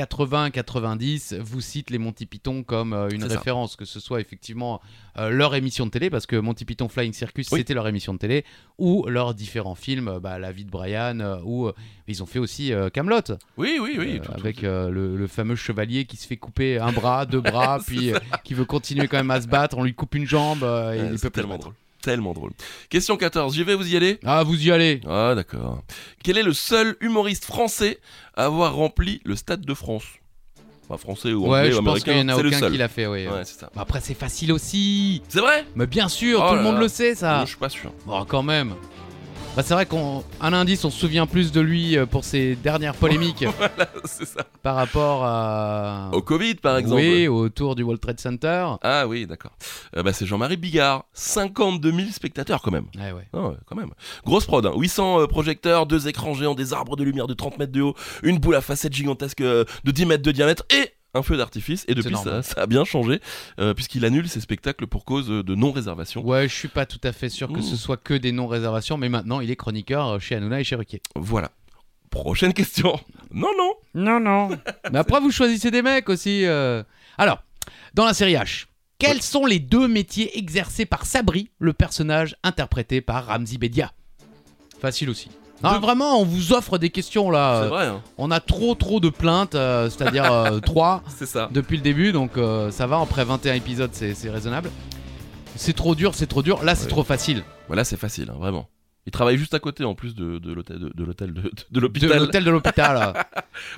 S3: 80-90 vous citent les Monty Python comme euh, une
S1: C'est ça.
S3: référence, que ce soit effectivement euh, leur émission de télé, parce que Monty Python Flying Circus,
S1: Oui.
S3: c'était leur émission de télé, ou leurs différents films, euh, bah, La vie de Brian, euh, ou euh, ils ont fait aussi euh, Camelot,
S1: Oui, oui, oui. tout- tout-
S3: avec euh, le, le fameux chevalier qui se fait couper un bras, deux bras,
S1: C'est
S3: puis euh, qui veut continuer quand même à se battre, on lui coupe une jambe, euh, et
S1: Ouais,
S3: il
S1: c'est
S3: peut plus se
S1: tellement
S3: battre.
S1: drôle. Tellement drôle. Question 14, j'y vais, vous y allez
S3: Ah, vous y allez
S1: Ah, d'accord. Quel est le seul humoriste français à avoir rempli le Stade de France Enfin, français ou anglais
S3: Ouais, je
S1: ou
S3: pense qu'il y en
S1: américain,
S3: a
S1: c'est le
S3: aucun
S1: seul.
S3: qui l'a fait, oui.
S1: Ouais, c'est ça.
S3: Bah après, c'est facile aussi.
S1: C'est vrai
S3: Mais bien sûr,
S1: Oh
S3: tout le
S1: là
S3: monde
S1: là.
S3: le sait, ça.
S1: Non, Je suis pas sûr.
S3: Bon, quand même. Bah, c'est vrai qu'on, un indice, on se souvient plus de lui euh, pour ses dernières polémiques
S1: c'est ça.
S3: par rapport à.
S1: Au Covid, par exemple.
S3: Ah. Oui, autour du World Trade Center.
S1: Ah oui, d'accord. Euh, bah, c'est Jean-Marie Bigard. 52 000 spectateurs quand même.
S3: Eh Ouais, ouais.
S1: Ah ouais, quand même. Grosse prod. hein. 800 euh, projecteurs, deux écrans géants, des arbres de lumière de 30 mètres de haut, une boule à facettes gigantesque euh, de 10 mètres de diamètre et un feu d'artifice. Et depuis, ça,
S3: normal.
S1: ça a bien changé euh, puisqu'il annule ses spectacles pour cause euh, de non-réservation.
S3: Ouais, je suis pas tout à fait sûr que
S1: Ouh.
S3: ce soit que des non-réservations, mais maintenant il est chroniqueur euh, chez Hanouna et chez Ruquier.
S1: Voilà. Prochaine question. Non, non.
S3: Non, non. mais après, vous choisissez des mecs aussi. euh. Alors, dans la série H, quels sont les deux métiers exercés par Sabri, le personnage interprété par Ramzi Bedia Facile aussi. Non,
S1: Deux-
S3: vraiment, on vous offre des questions là.
S1: Ah. C'est vrai, hein.
S3: On a trop trop de plaintes, euh, c'est-à-dire euh, trois
S1: c'est ça.
S3: depuis le début, donc euh, ça va. Après 21 épisodes, c'est c'est raisonnable. C'est trop dur, c'est trop dur. Là, c'est
S1: Ouais.
S3: trop facile.
S1: Voilà, c'est facile, hein, vraiment. Il travaille juste à côté en plus de, de l'hôtel de, de l'hôtel de, de- de
S3: De
S1: l'hôpital.
S3: l'hôtel de l'hôpital, là.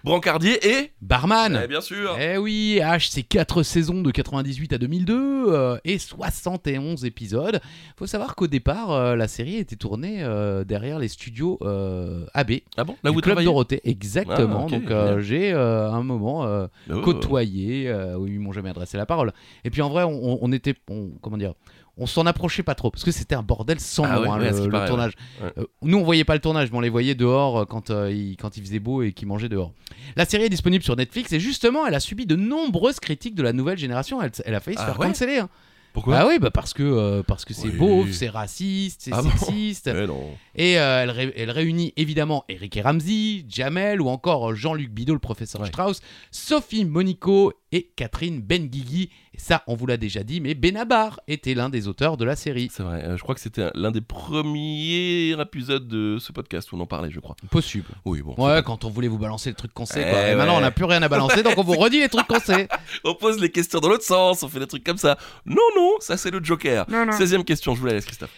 S1: Brancardier et.
S3: barman.
S1: Eh, bien sûr.
S3: Eh oui, H, c'est 4 saisons de 98 à 2002 euh, et 71 épisodes. Faut savoir qu'au départ, euh, la série était tournée euh, derrière les studios euh, AB,
S1: Ah bon Là
S3: du
S1: vous
S3: Club
S1: travaillez
S3: Dorothée. Exactement.
S1: Ah, ok,
S3: Donc euh,
S1: génial.
S3: j'ai euh, un moment euh,
S1: Bah ouais, ouais.
S3: côtoyé, euh, où ils m'ont jamais adressé la parole. Et puis en vrai, on, on- on était, on- comment dire, on s'en approchait pas trop parce que c'était un bordel sans
S1: Ah
S3: nom,
S1: ouais,
S3: hein,
S1: ouais, à ce
S3: le,
S1: qui
S3: le
S1: paraît,
S3: tournage.
S1: ouais.
S3: Euh, nous, on voyait pas le tournage, mais on les voyait dehors euh, quand, euh, il, quand il faisait beau et qu'ils mangeaient dehors. La série est disponible sur Netflix et justement, elle a subi de nombreuses critiques de la nouvelle génération. Elle, elle a failli se
S1: Ah
S3: faire
S1: ouais
S3: canceller. hein.
S1: Pourquoi
S3: ah oui, bah parce que euh, parce que c'est
S1: Oui.
S3: beau, c'est raciste, c'est
S1: Ah bon
S3: sexiste.
S1: Eh non.
S3: Et euh, elle, ré- elle réunit évidemment Eric et Ramsey, Jamel ou encore Jean-Luc Bidot, le professeur
S1: Ouais.
S3: Strauss, Sophie Monico et Catherine Benguigui. Et ça, on vous l'a déjà dit, mais Benabar était l'un des auteurs de la série.
S1: C'est vrai, euh, je crois que c'était un- l'un des premiers épisodes de ce podcast où on en parlait, je crois.
S3: Possible.
S1: Oui, bon.
S3: Ouais, quand on voulait vous balancer le truc qu'on sait, quoi.
S1: Eh
S3: Et maintenant,
S1: ouais.
S3: on n'a plus rien à balancer, donc on vous redit les trucs qu'on sait.
S1: On pose les questions dans l'autre sens, on fait des trucs comme ça. Non, non, ça c'est le Joker. 16ème question, je vous la laisse, Christophe.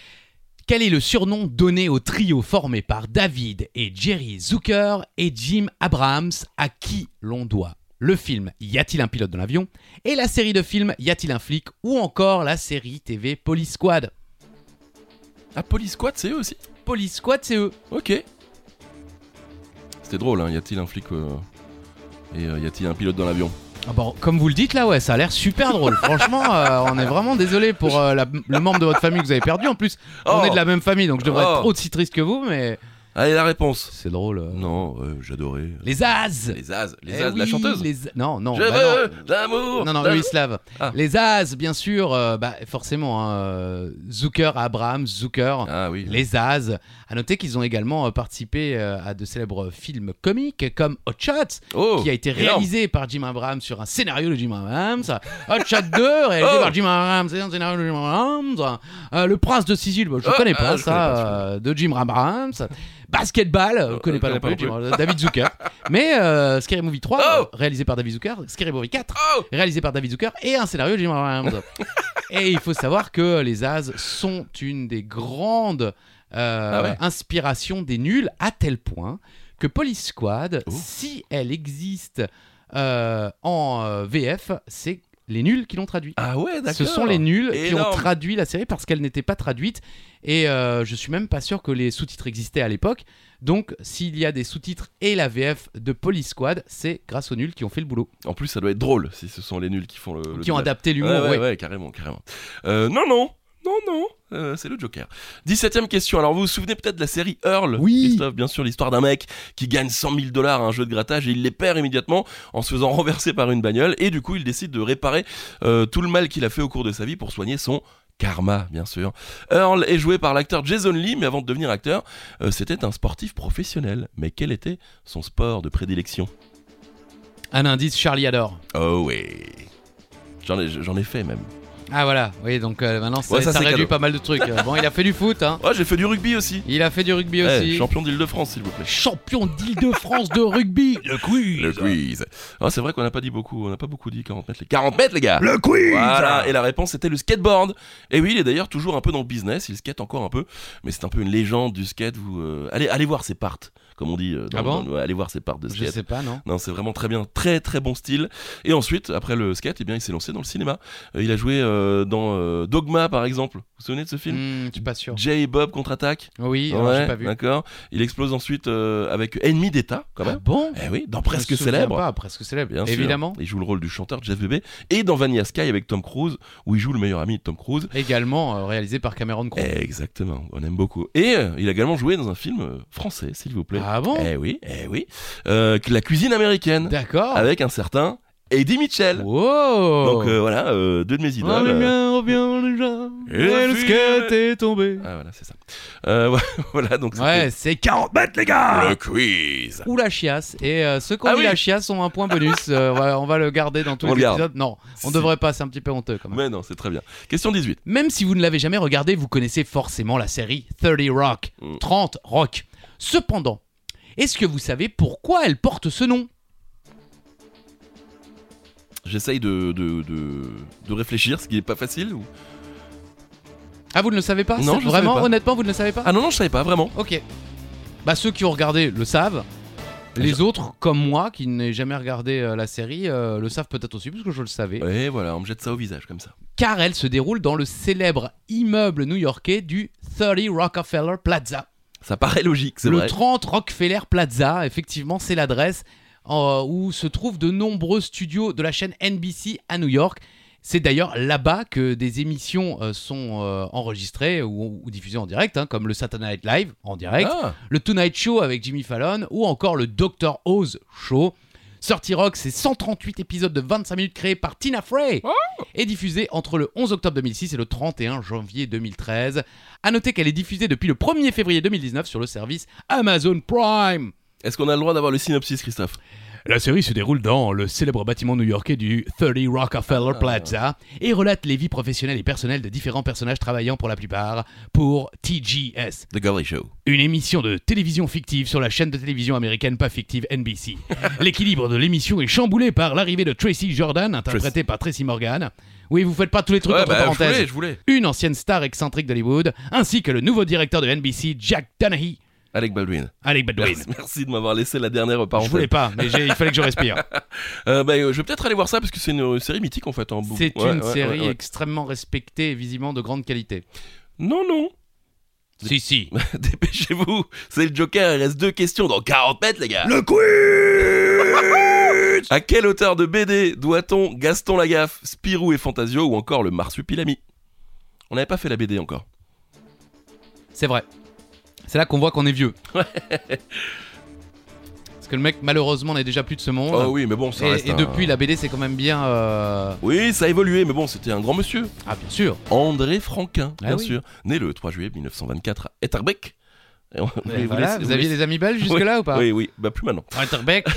S3: Quel est le surnom donné au trio formé par David et Jerry Zucker et Jim Abrahams à qui l'on doit le film Y a-t-il un pilote dans l'avion et la série de films Y a-t-il un flic ou encore la série TV Police Squad
S1: Ah, Police Squad, c'est eux aussi
S3: Police Squad, c'est eux.
S1: Ok. C'était drôle, hein. y a-t-il un flic euh, et euh, y a-t-il un pilote dans l'avion
S3: Ah bon, comme vous le dites là, ouais, ça a l'air super drôle. Franchement, euh, on est vraiment désolé pour euh, la- le membre de votre famille que vous avez perdu. En plus, on
S1: Oh
S3: est de la même famille, donc je devrais
S1: Oh.
S3: être aussi triste que vous, mais
S1: Allez, la réponse.
S3: c'est drôle. euh.
S1: Non, euh, j'adorais. euh,
S3: Les As.
S1: Les As, les
S3: Eh
S1: As, la
S3: oui,
S1: chanteuse.
S3: les- Non, non.
S1: Je
S3: bah non.
S1: veux de l'amour.
S3: Non, non,
S1: de-
S3: eux, ils slavent.
S1: Oh, Ah.
S3: Les As, bien sûr, euh, bah, forcément, hein, euh, Zucker, Abraham, Zucker,
S1: Ah oui.
S3: les As. À noter qu'ils ont également euh, participé euh, à de célèbres films comiques comme Hot Shots,
S1: Oh,
S3: qui a été
S1: énorme.
S3: réalisé par Jim Abraham sur un scénario de Jim Abraham. Hot Shots 2, réalisé
S1: Oh.
S3: par Jim Abraham, c'est un scénario de Jim Abraham. Euh, Le Prince de Sicile, bon, je
S1: Ah,
S3: connais pas
S1: ah, je
S3: ça,
S1: connais pas, je
S3: euh, de Jim Abraham. Basketball, euh,
S1: Euh,
S3: connais
S1: euh,
S3: pas non
S1: connais
S3: plus,
S1: pas non
S3: Jim- David Zucker. Mais euh, Scary Movie 3,
S1: Oh.
S3: euh, réalisé par David Zucker, Scary Movie 4
S1: Oh
S3: réalisé par David Zucker et un scénario de Jim Abrahams. et il faut savoir que les As sont une des grandes euh,
S1: Ah ouais
S3: inspirations des nuls, à tel point que Police Squad,
S1: Oh.
S3: si elle existe euh, en euh, VF, c'est les nuls qui l'ont traduit.
S1: Ah ouais, d'accord.
S3: Ce sont les nuls qui ont
S1: Énorme.
S3: traduit la série parce qu'elle n'était pas traduite. Et euh, je suis même pas sûr que les sous-titres existaient à l'époque. Donc, s'il y a des sous-titres et la VF de Police Squad, c'est grâce aux nuls qui ont fait le boulot,
S1: En plus, ça doit être drôle si ce sont les nuls qui font le. le
S3: qui ont
S1: doublage.
S3: adapté l'humour.
S1: ouais,
S3: ouais.
S1: ouais, ouais, carrément, carrément. Euh, non, non, non, non, euh, c'est le Joker. 17ème question. Alors, vous vous souvenez peut-être de la série Earl
S3: Oui.
S1: Christophe, bien sûr, l'histoire d'un mec qui gagne 100 000 dollars à un jeu de grattage et il les perd immédiatement en se faisant renverser par une bagnole. Et du coup, il décide de réparer euh, tout le mal qu'il a fait au cours de sa vie pour soigner son. Karma, bien sûr. Earl est joué par l'acteur Jason Lee, mais avant de devenir acteur, euh, c'était un sportif professionnel. Mais quel était son sport de prédilection
S3: Un indice, Charlie adore.
S1: Oh oui. J'en ai, j'en ai fait même.
S3: Ah voilà, oui, donc euh, maintenant ça,
S1: Ouais, ça,
S3: ça
S1: c'est
S3: réduit
S1: cadeau.
S3: pas mal de trucs. Euh, bon, il a fait du foot, hein.
S1: Ouais, j'ai fait du rugby aussi.
S3: il a fait du rugby
S1: Eh,
S3: aussi.
S1: champion d'Île-de-France, s'il vous plaît.
S3: Champion d'Île-de-France de rugby.
S2: Le quiz.
S1: Le quiz. Ah, c'est vrai qu'on n'a pas dit beaucoup, on n'a pas beaucoup dit 40 mètres, les 40 mètres, les gars.
S2: Le quiz.
S1: Voilà, et la réponse était le skateboard. Et oui, il est d'ailleurs toujours un peu dans le business, il skate encore un peu, mais c'est un peu une légende du skate. Vous, euh, allez, allez voir ses parts, comme on dit. euh, dans-
S3: Ah bon
S1: dans- ouais, allez voir ses parts de
S3: Je
S1: skate.
S3: sais pas, non
S1: Non, c'est vraiment très bien, très très bon style. Et ensuite, après le skate, eh bien, il s'est lancé dans le cinéma. Euh, il a joué euh, dans euh, Dogma, par exemple. Vous vous souvenez de ce film
S3: Hmm, Je suis pas sûr.
S1: Jay et Bob contre-attaque.
S3: Oui, alors,
S1: Ouais,
S3: j'ai pas vu.
S1: D'accord. Il explose ensuite euh, avec Ennemi d'État, quand
S3: Ah
S1: même.
S3: bon
S1: Eh oui, dans
S3: Je me
S1: Presque
S3: souviens
S1: Célèbre.
S3: pas, presque célèbre,
S1: Bien sûr.
S3: évidemment.
S1: Il joue le rôle du chanteur Jeff Bébé et dans Vanilla Sky avec Tom Cruise, où il joue le meilleur ami de Tom Cruise.
S3: Également euh, réalisé par Cameron Crowe.
S1: Eh, Exactement, on aime beaucoup. Et euh, il a également joué dans un film euh, français, s'il vous plaît.
S3: Ah bon
S1: Eh oui, eh oui. Euh, que la cuisine américaine,
S3: D'accord.
S1: avec un certain Eddie Mitchell.
S3: Wow.
S1: ah,
S3: Ah,
S1: Donc euh, voilà, euh, deux de mes idoles. euh,
S3: oh, revient déjà.
S1: Et le skate
S3: est tombé.
S1: Ah voilà, c'est ça. Euh, voilà, donc c'était
S3: Ouais, c'est
S2: 40 mètres, les gars.
S1: le quiz.
S3: ou la chiasse. Et euh, ceux qui ont
S1: Ah
S3: mis
S1: oui.
S3: la chiasse ont un point bonus. Euh, voilà, on va le garder dans tous
S1: On le
S3: les
S1: garde.
S3: épisodes. Non, on
S1: Si.
S3: devrait pas, c'est un petit peu honteux quand même.
S1: Mais non, c'est très bien. Question 18.
S3: Même si vous ne l'avez jamais regardé, vous connaissez forcément la série 30 Rock.
S1: Mm.
S3: 30 Rock. Cependant, est-ce que vous savez pourquoi elle porte ce nom
S1: J'essaye de, de, de, de réfléchir, ce qui n'est pas facile. Ou...
S3: Ah, vous ne le savez pas
S1: Non,
S3: C'est-
S1: je le savais
S3: Vraiment,
S1: pas.
S3: honnêtement, vous ne le savez pas
S1: Ah non, non, je savais pas, vraiment.
S3: Ok. Bah ceux qui ont regardé le savent.
S1: Ah,
S3: Les autres, comme moi, qui n'ai jamais regardé euh, la série, euh, le savent peut-être aussi, parce que je le savais.
S1: Et voilà, on me jette ça au visage comme ça.
S3: Car elle se déroule dans le célèbre immeuble new-yorkais du 30 Rockefeller Plaza.
S1: Ça paraît logique, c'est
S3: Le
S1: vrai.
S3: 30 Rockefeller Plaza, effectivement, c'est l'adresse euh, où se trouvent de nombreux studios de la chaîne NBC à New York. C'est d'ailleurs là-bas que des émissions euh, sont euh, enregistrées ou, ou diffusées en direct, hein, comme le Saturday Night Live en direct,
S1: Ah,
S3: le Tonight Show avec Jimmy Fallon ou encore le Dr. Oz Show. Sorty Rock, c'est 138 épisodes de 25 minutes créés par Tina Fey et diffusée entre le 11 octobre 2006 et le 31 janvier 2013. À noter qu'elle est diffusée depuis le 1er février 2019 sur le service Amazon Prime.
S1: Est-ce qu'on a le droit d'avoir le synopsis, Christophe
S3: La série se déroule dans le célèbre bâtiment new-yorkais du 30 Rockefeller Plaza et relate les vies professionnelles et personnelles de différents personnages travaillant pour la plupart pour TGS,
S1: The Gary Show.
S3: Une émission de télévision fictive sur la chaîne de télévision américaine pas fictive NBC. L'équilibre de l'émission est chamboulé par l'arrivée de Tracy Jordan, interprétée par Tracy Morgan. Oui, vous faites pas tous les trucs
S1: Ouais,
S3: entre
S1: bah, je
S3: parenthèses.
S1: voulais, je voulais.
S3: Une ancienne star excentrique d'Hollywood, ainsi que le nouveau directeur de NBC, Jack Donaghy,
S1: Alec Baldwin.
S3: Alec Baldwin.
S1: Merci, merci de m'avoir laissé la dernière
S3: Je
S1: parenthèse.
S3: voulais pas, mais j'ai- il fallait que je respire.
S1: Euh, bah, euh, je vais peut-être aller voir ça parce que c'est une euh, série mythique en fait. En bou-
S3: C'est
S1: Ouais,
S3: une
S1: ouais,
S3: série
S1: ouais, ouais.
S3: extrêmement respectée et visiblement de grande qualité.
S1: Non, non.
S3: Si, si.
S1: Dépêchez-vous. C'est le Joker. Il reste deux questions dans 40 mètres, les gars.
S2: Le quiz.
S1: À quel auteur de BD doit-on Gaston Lagaffe, Spirou et Fantasio ou encore le Marsupilami On n'avait pas fait la BD encore.
S3: C'est vrai. C'est là qu'on voit qu'on est vieux. Parce que le mec, malheureusement, n'est déjà plus de ce monde.
S1: Oh oui, mais bon, ça
S3: Hein. Et,
S1: reste.
S3: et
S1: un-
S3: depuis, la BD, c'est quand même bien. euh,
S1: Oui, ça a évolué, mais bon, c'était un grand monsieur.
S3: Ah, bien sûr.
S1: André Franquin,
S3: Ah
S1: bien
S3: oui.
S1: sûr, né le 3 juillet 1924 à Etterbeek. Et on-
S3: Mais
S1: vous
S3: Ben voilà,
S1: laissez-
S3: vous,
S1: vous
S3: aviez
S1: laissez-
S3: des amis belges jusque-là ou pas
S1: Oui, oui, bah plus maintenant.
S3: Winterbeck,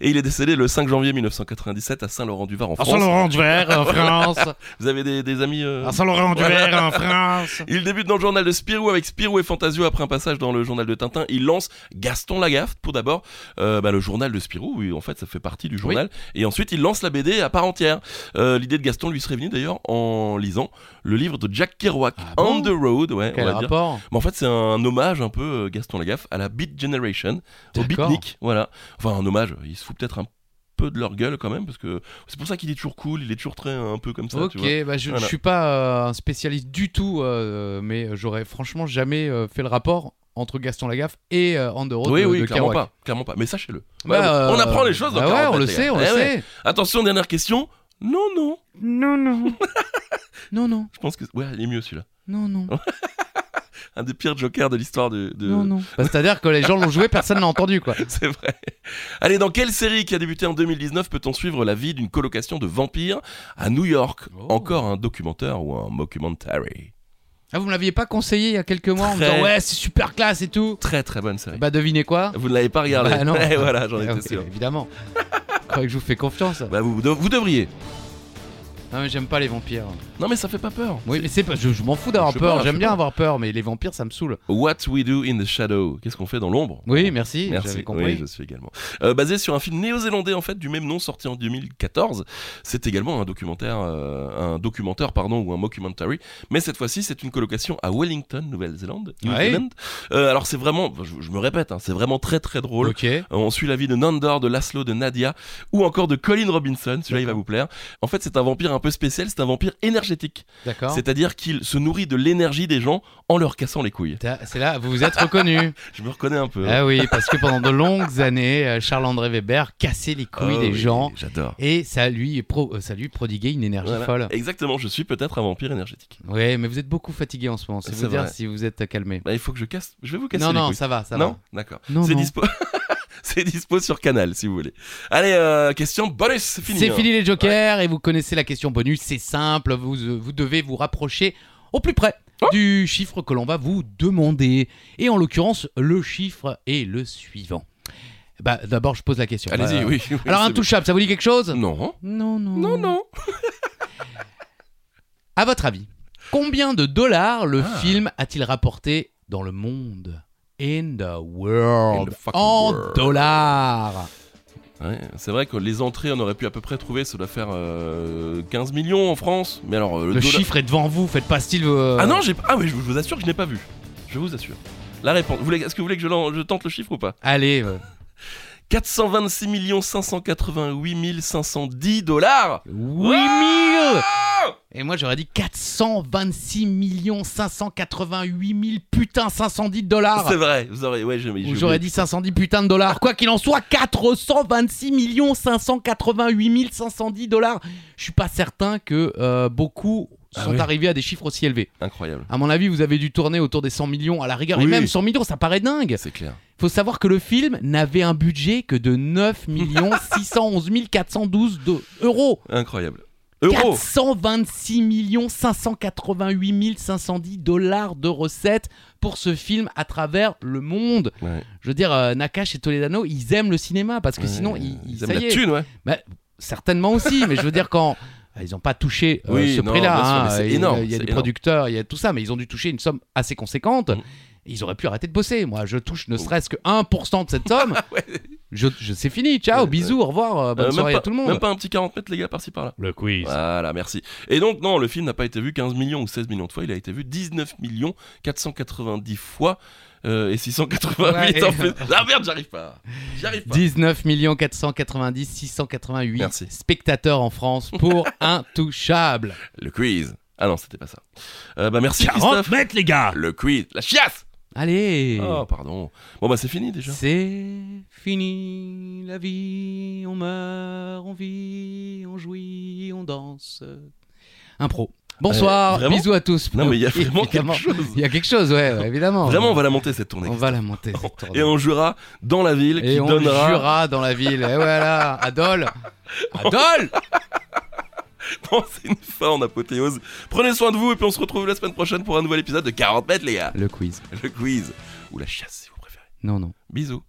S1: Et il est décédé le 5 janvier 1997 à Saint-Laurent-du-Var en
S3: Ah,
S1: France.
S3: Saint-Laurent-du-Vert en France,
S1: Vous avez des, des amis euh,
S3: à Saint-Laurent-du-Vert en France.
S1: Il débute dans le journal de Spirou avec Spirou et Fantasio après un passage dans le journal de Tintin. Il lance Gaston Lagaffe pour d'abord euh, bah, le journal de Spirou, oui, en fait ça fait partie du journal. Et ensuite il lance la BD à part entière. Euh, L'idée de Gaston lui serait venue d'ailleurs en lisant le livre de Jack Kerouac,
S3: Ah bon
S1: On the Road, ouais, on
S3: Quel
S1: va dire.
S3: rapport
S1: Mais en fait, c'est un hommage un peu, euh, Gaston Lagaffe, à la Beat Generation, au
S3: D'accord.
S1: beatnik. Voilà. Enfin, un hommage, il se fout peut-être un peu de leur gueule quand même, parce que c'est pour ça qu'il est toujours cool, il est toujours très euh, un peu comme ça.
S3: ok,
S1: tu vois.
S3: bah, je, je
S1: Voilà.
S3: suis pas euh, un spécialiste du tout, euh, mais j'aurais franchement jamais euh, fait le rapport entre Gaston Lagaffe et euh, On the Road
S1: Oui,
S3: de,
S1: oui,
S3: de
S1: clairement
S3: Kerouac.
S1: pas, clairement pas. Mais sachez-le.
S3: Bah,
S1: Voilà, on
S3: euh,
S1: apprend les choses dans
S3: bah ouais,
S1: 40,
S3: on le
S1: les
S3: sait,
S1: gars.
S3: on le
S1: Eh ouais.
S3: sait.
S1: Attention, dernière question. Non, non.
S3: Non, non. non, non.
S1: Je pense que ouais, il est mieux celui-là.
S3: Non, non.
S1: Un des pires jokers de l'histoire de. de-
S3: Non, non. Bah, C'est-à-dire que les gens l'ont joué, personne l'a entendu, quoi.
S1: C'est vrai. Allez, dans quelle série qui a débuté en 2019 peut-on suivre la vie d'une colocation de vampires à New York
S3: Oh.
S1: Encore un documentaire ou un mockumentary
S3: Ah, vous me l'aviez pas conseillé il y a quelques mois en me
S1: Très.
S3: disant ouais, c'est super classe et tout.
S1: Très très bonne série.
S3: Bah, devinez quoi
S1: Vous ne l'avez pas regardé
S3: Bah, non.
S1: Eh, voilà, j'en
S3: Eh,
S1: étais
S3: oui,
S1: sûr.
S3: Évidemment. Je crois que je vous fais confiance.
S1: Bah, vous, vous dev- vous devriez.
S3: Non, mais j'aime pas les vampires.
S1: Non, mais ça fait pas peur.
S3: Oui, mais c'est pas, je, je m'en fous d'avoir
S1: Je sais
S3: peur.
S1: pas, je
S3: J'aime
S1: sais
S3: bien
S1: pas.
S3: avoir peur, mais les vampires, ça me saoule.
S1: What We Do in the Shadow. Qu'est-ce qu'on fait dans l'ombre
S3: Oui, merci.
S1: Merci,
S3: J'avais compris.
S1: oui, je suis également. Euh, basé sur un film néo-zélandais en fait du même nom sorti en 2014, c'est également un documentaire, euh, un documentaire pardon ou un mockumentary, mais cette fois-ci c'est une colocation à Wellington, Nouvelle-Zélande. New
S3: Ouais.
S1: Zealand. Euh, alors c'est vraiment, je, je me répète, hein, c'est vraiment très très drôle.
S3: Ok.
S1: Euh, On suit la vie de Nandor, de Laszlo, de Nadia ou encore de Colin Robinson. Celui-là, il va vous plaire. En fait, c'est un vampire un peu spécial. C'est un vampire énergétique.
S3: D'accord.
S1: C'est-à-dire qu'il se nourrit de l'énergie des gens en leur cassant les couilles.
S3: T'as- C'est là, vous vous êtes reconnu.
S1: Je me reconnais un peu. hein.
S3: ah oui, parce que pendant de longues années, euh, Charles-André Weber cassait les couilles
S1: Ah
S3: des
S1: oui,
S3: gens
S1: J'adore.
S3: et ça lui, pro- euh, ça lui prodiguait une énergie
S1: Voilà.
S3: folle.
S1: Exactement, je suis peut-être un vampire énergétique.
S3: Ouais, mais vous êtes beaucoup fatigué en ce moment. C'est
S1: C'est
S3: vous dire
S1: vrai.
S3: si vous êtes calmé.
S1: Bah, il faut que je casse. Je vais vous casser
S3: Non,
S1: les
S3: non,
S1: couilles.
S3: ça va, ça
S1: non,
S3: va.
S1: d'accord.
S3: Non,
S1: C'est
S3: non.
S1: dispo. C'est dispo sur Canal si vous voulez. Allez, euh, question bonus, c'est fini.
S3: C'est
S1: hein.
S3: fini les jokers et vous connaissez la question bonus, c'est simple, vous, euh, vous devez vous rapprocher au plus près
S1: Oh.
S3: du chiffre que l'on va vous demander. Et en l'occurrence, le chiffre est le suivant. Bah, D'abord, je pose la question.
S1: Allez-y,
S3: Bah,
S1: oui. oui,
S3: Alors,
S1: c'est
S3: intouchable, ça vous dit quelque chose
S1: bon. Non,
S3: Non, non.
S1: non, non.
S3: À votre avis, combien de dollars le
S1: Ah.
S3: film a-t-il rapporté dans le monde In the world.
S1: In the fucking
S3: en
S1: world.
S3: dollars.
S1: Ouais, c'est vrai que les entrées, on aurait pu à peu près trouver. Ça doit faire euh, 15 millions en France. Mais alors, euh,
S3: Le,
S1: dollar-
S3: chiffre est devant vous, faites pas style. euh,
S1: Ah non, j'ai. Ah oui, je vous assure que je n'ai pas vu. Je vous assure. La réponse. Vous voulez- Est-ce que vous voulez que je, l'en- je tente le chiffre ou pas
S3: Allez, euh,
S1: 426 588 510 dollars
S3: 8 000 Et moi j'aurais dit 426 millions 588 000 putain 510 dollars
S1: C'est vrai, vous aurez. Ouais, j'ai- j'ai
S3: Ou
S1: oublié.
S3: j'aurais dit 510 putain de dollars Quoi qu'il en soit 426 millions 588 000 510 dollars Je suis pas certain que euh, beaucoup
S1: Ah
S3: sont
S1: oui.
S3: arrivés à des chiffres aussi élevés.
S1: Incroyable.
S3: À mon avis, vous avez dû tourner autour des 100 millions à la rigueur. Et
S1: Oui.
S3: même 100 millions, ça paraît dingue.
S1: C'est clair.
S3: Faut savoir que le film n'avait un budget que de 9 611 412 de- euros.
S1: Incroyable. Euro
S3: 426 millions 588 510 dollars de recettes pour ce film à travers le monde.
S1: Ouais.
S3: Je veux dire, euh, Nakash et Toledano, ils aiment le cinéma parce que sinon,
S1: Ouais,
S3: ils,
S1: ils
S3: ça
S1: aiment la
S3: y est, Ah bah,
S1: thune, ouais. Euh,
S3: certainement aussi, mais je veux dire quand. euh, Ils n'ont pas touché euh,
S1: Oui,
S3: ce
S1: non,
S3: prix-là.
S1: bien sûr,
S3: hein.
S1: mais c'est
S3: Il y a-
S1: énorme,
S3: il y a
S1: c'est
S3: des
S1: énorme.
S3: producteurs, il y a tout ça, mais ils ont dû toucher une somme assez conséquente.
S1: Mhm.
S3: Ils auraient pu arrêter de bosser. Moi, je touche ne serait-ce que 1% de cette somme.
S1: Oh. Ouais.
S3: je, je- c'est fini. Ciao,
S1: Ouais,
S3: bisous, au revoir. euh, bonne
S1: Euh, même
S3: soirée
S1: pas,
S3: à tout le monde.
S1: Même pas un petit 40 mètres, les gars, par-ci par-là.
S2: Le quiz.
S1: Voilà, merci. Et donc, non, le film n'a pas été vu 15 millions ou 16 millions de fois, il a été vu 19 millions 490 fois euh, et 688
S3: Ouais, et-
S1: en fait. Ah merde, j'arrive pas. J'arrive pas.
S3: 19 490 688
S1: Merci.
S3: spectateurs en France pour Intouchable.
S1: Le quiz. Ah non, c'était pas ça. Euh, bah merci
S2: 40
S1: Christophe.
S2: mètres, les gars.
S1: Le quiz. La chiasse
S3: Allez
S1: Oh, pardon. Bon, bah c'est fini déjà.
S3: C'est fini la vie, on meurt, on vit, on jouit, on danse. Impro.
S1: Euh,
S3: Bonsoir,
S1: vraiment
S3: bisous à tous.
S1: Non, mais il y a
S3: Oui,
S1: vraiment
S3: évidemment.
S1: quelque chose.
S3: Il y a quelque chose, ouais, ouais, évidemment.
S1: Vraiment, on va la monter cette
S3: on
S1: tournée.
S3: va, la monter. cette tournée.
S1: Et on jouera dans la ville
S3: Et
S1: qui
S3: on
S1: donnera.
S3: jura dans la ville. Et voilà, Adol Adol
S1: Bon, c'est une fin en apothéose. Prenez soin de vous et puis on se retrouve la semaine prochaine pour un nouvel épisode de 40 mètres, les gars.
S3: Le quiz.
S1: Le quiz. Ou la chasse, si vous préférez.
S3: Non, non.
S1: Bisous.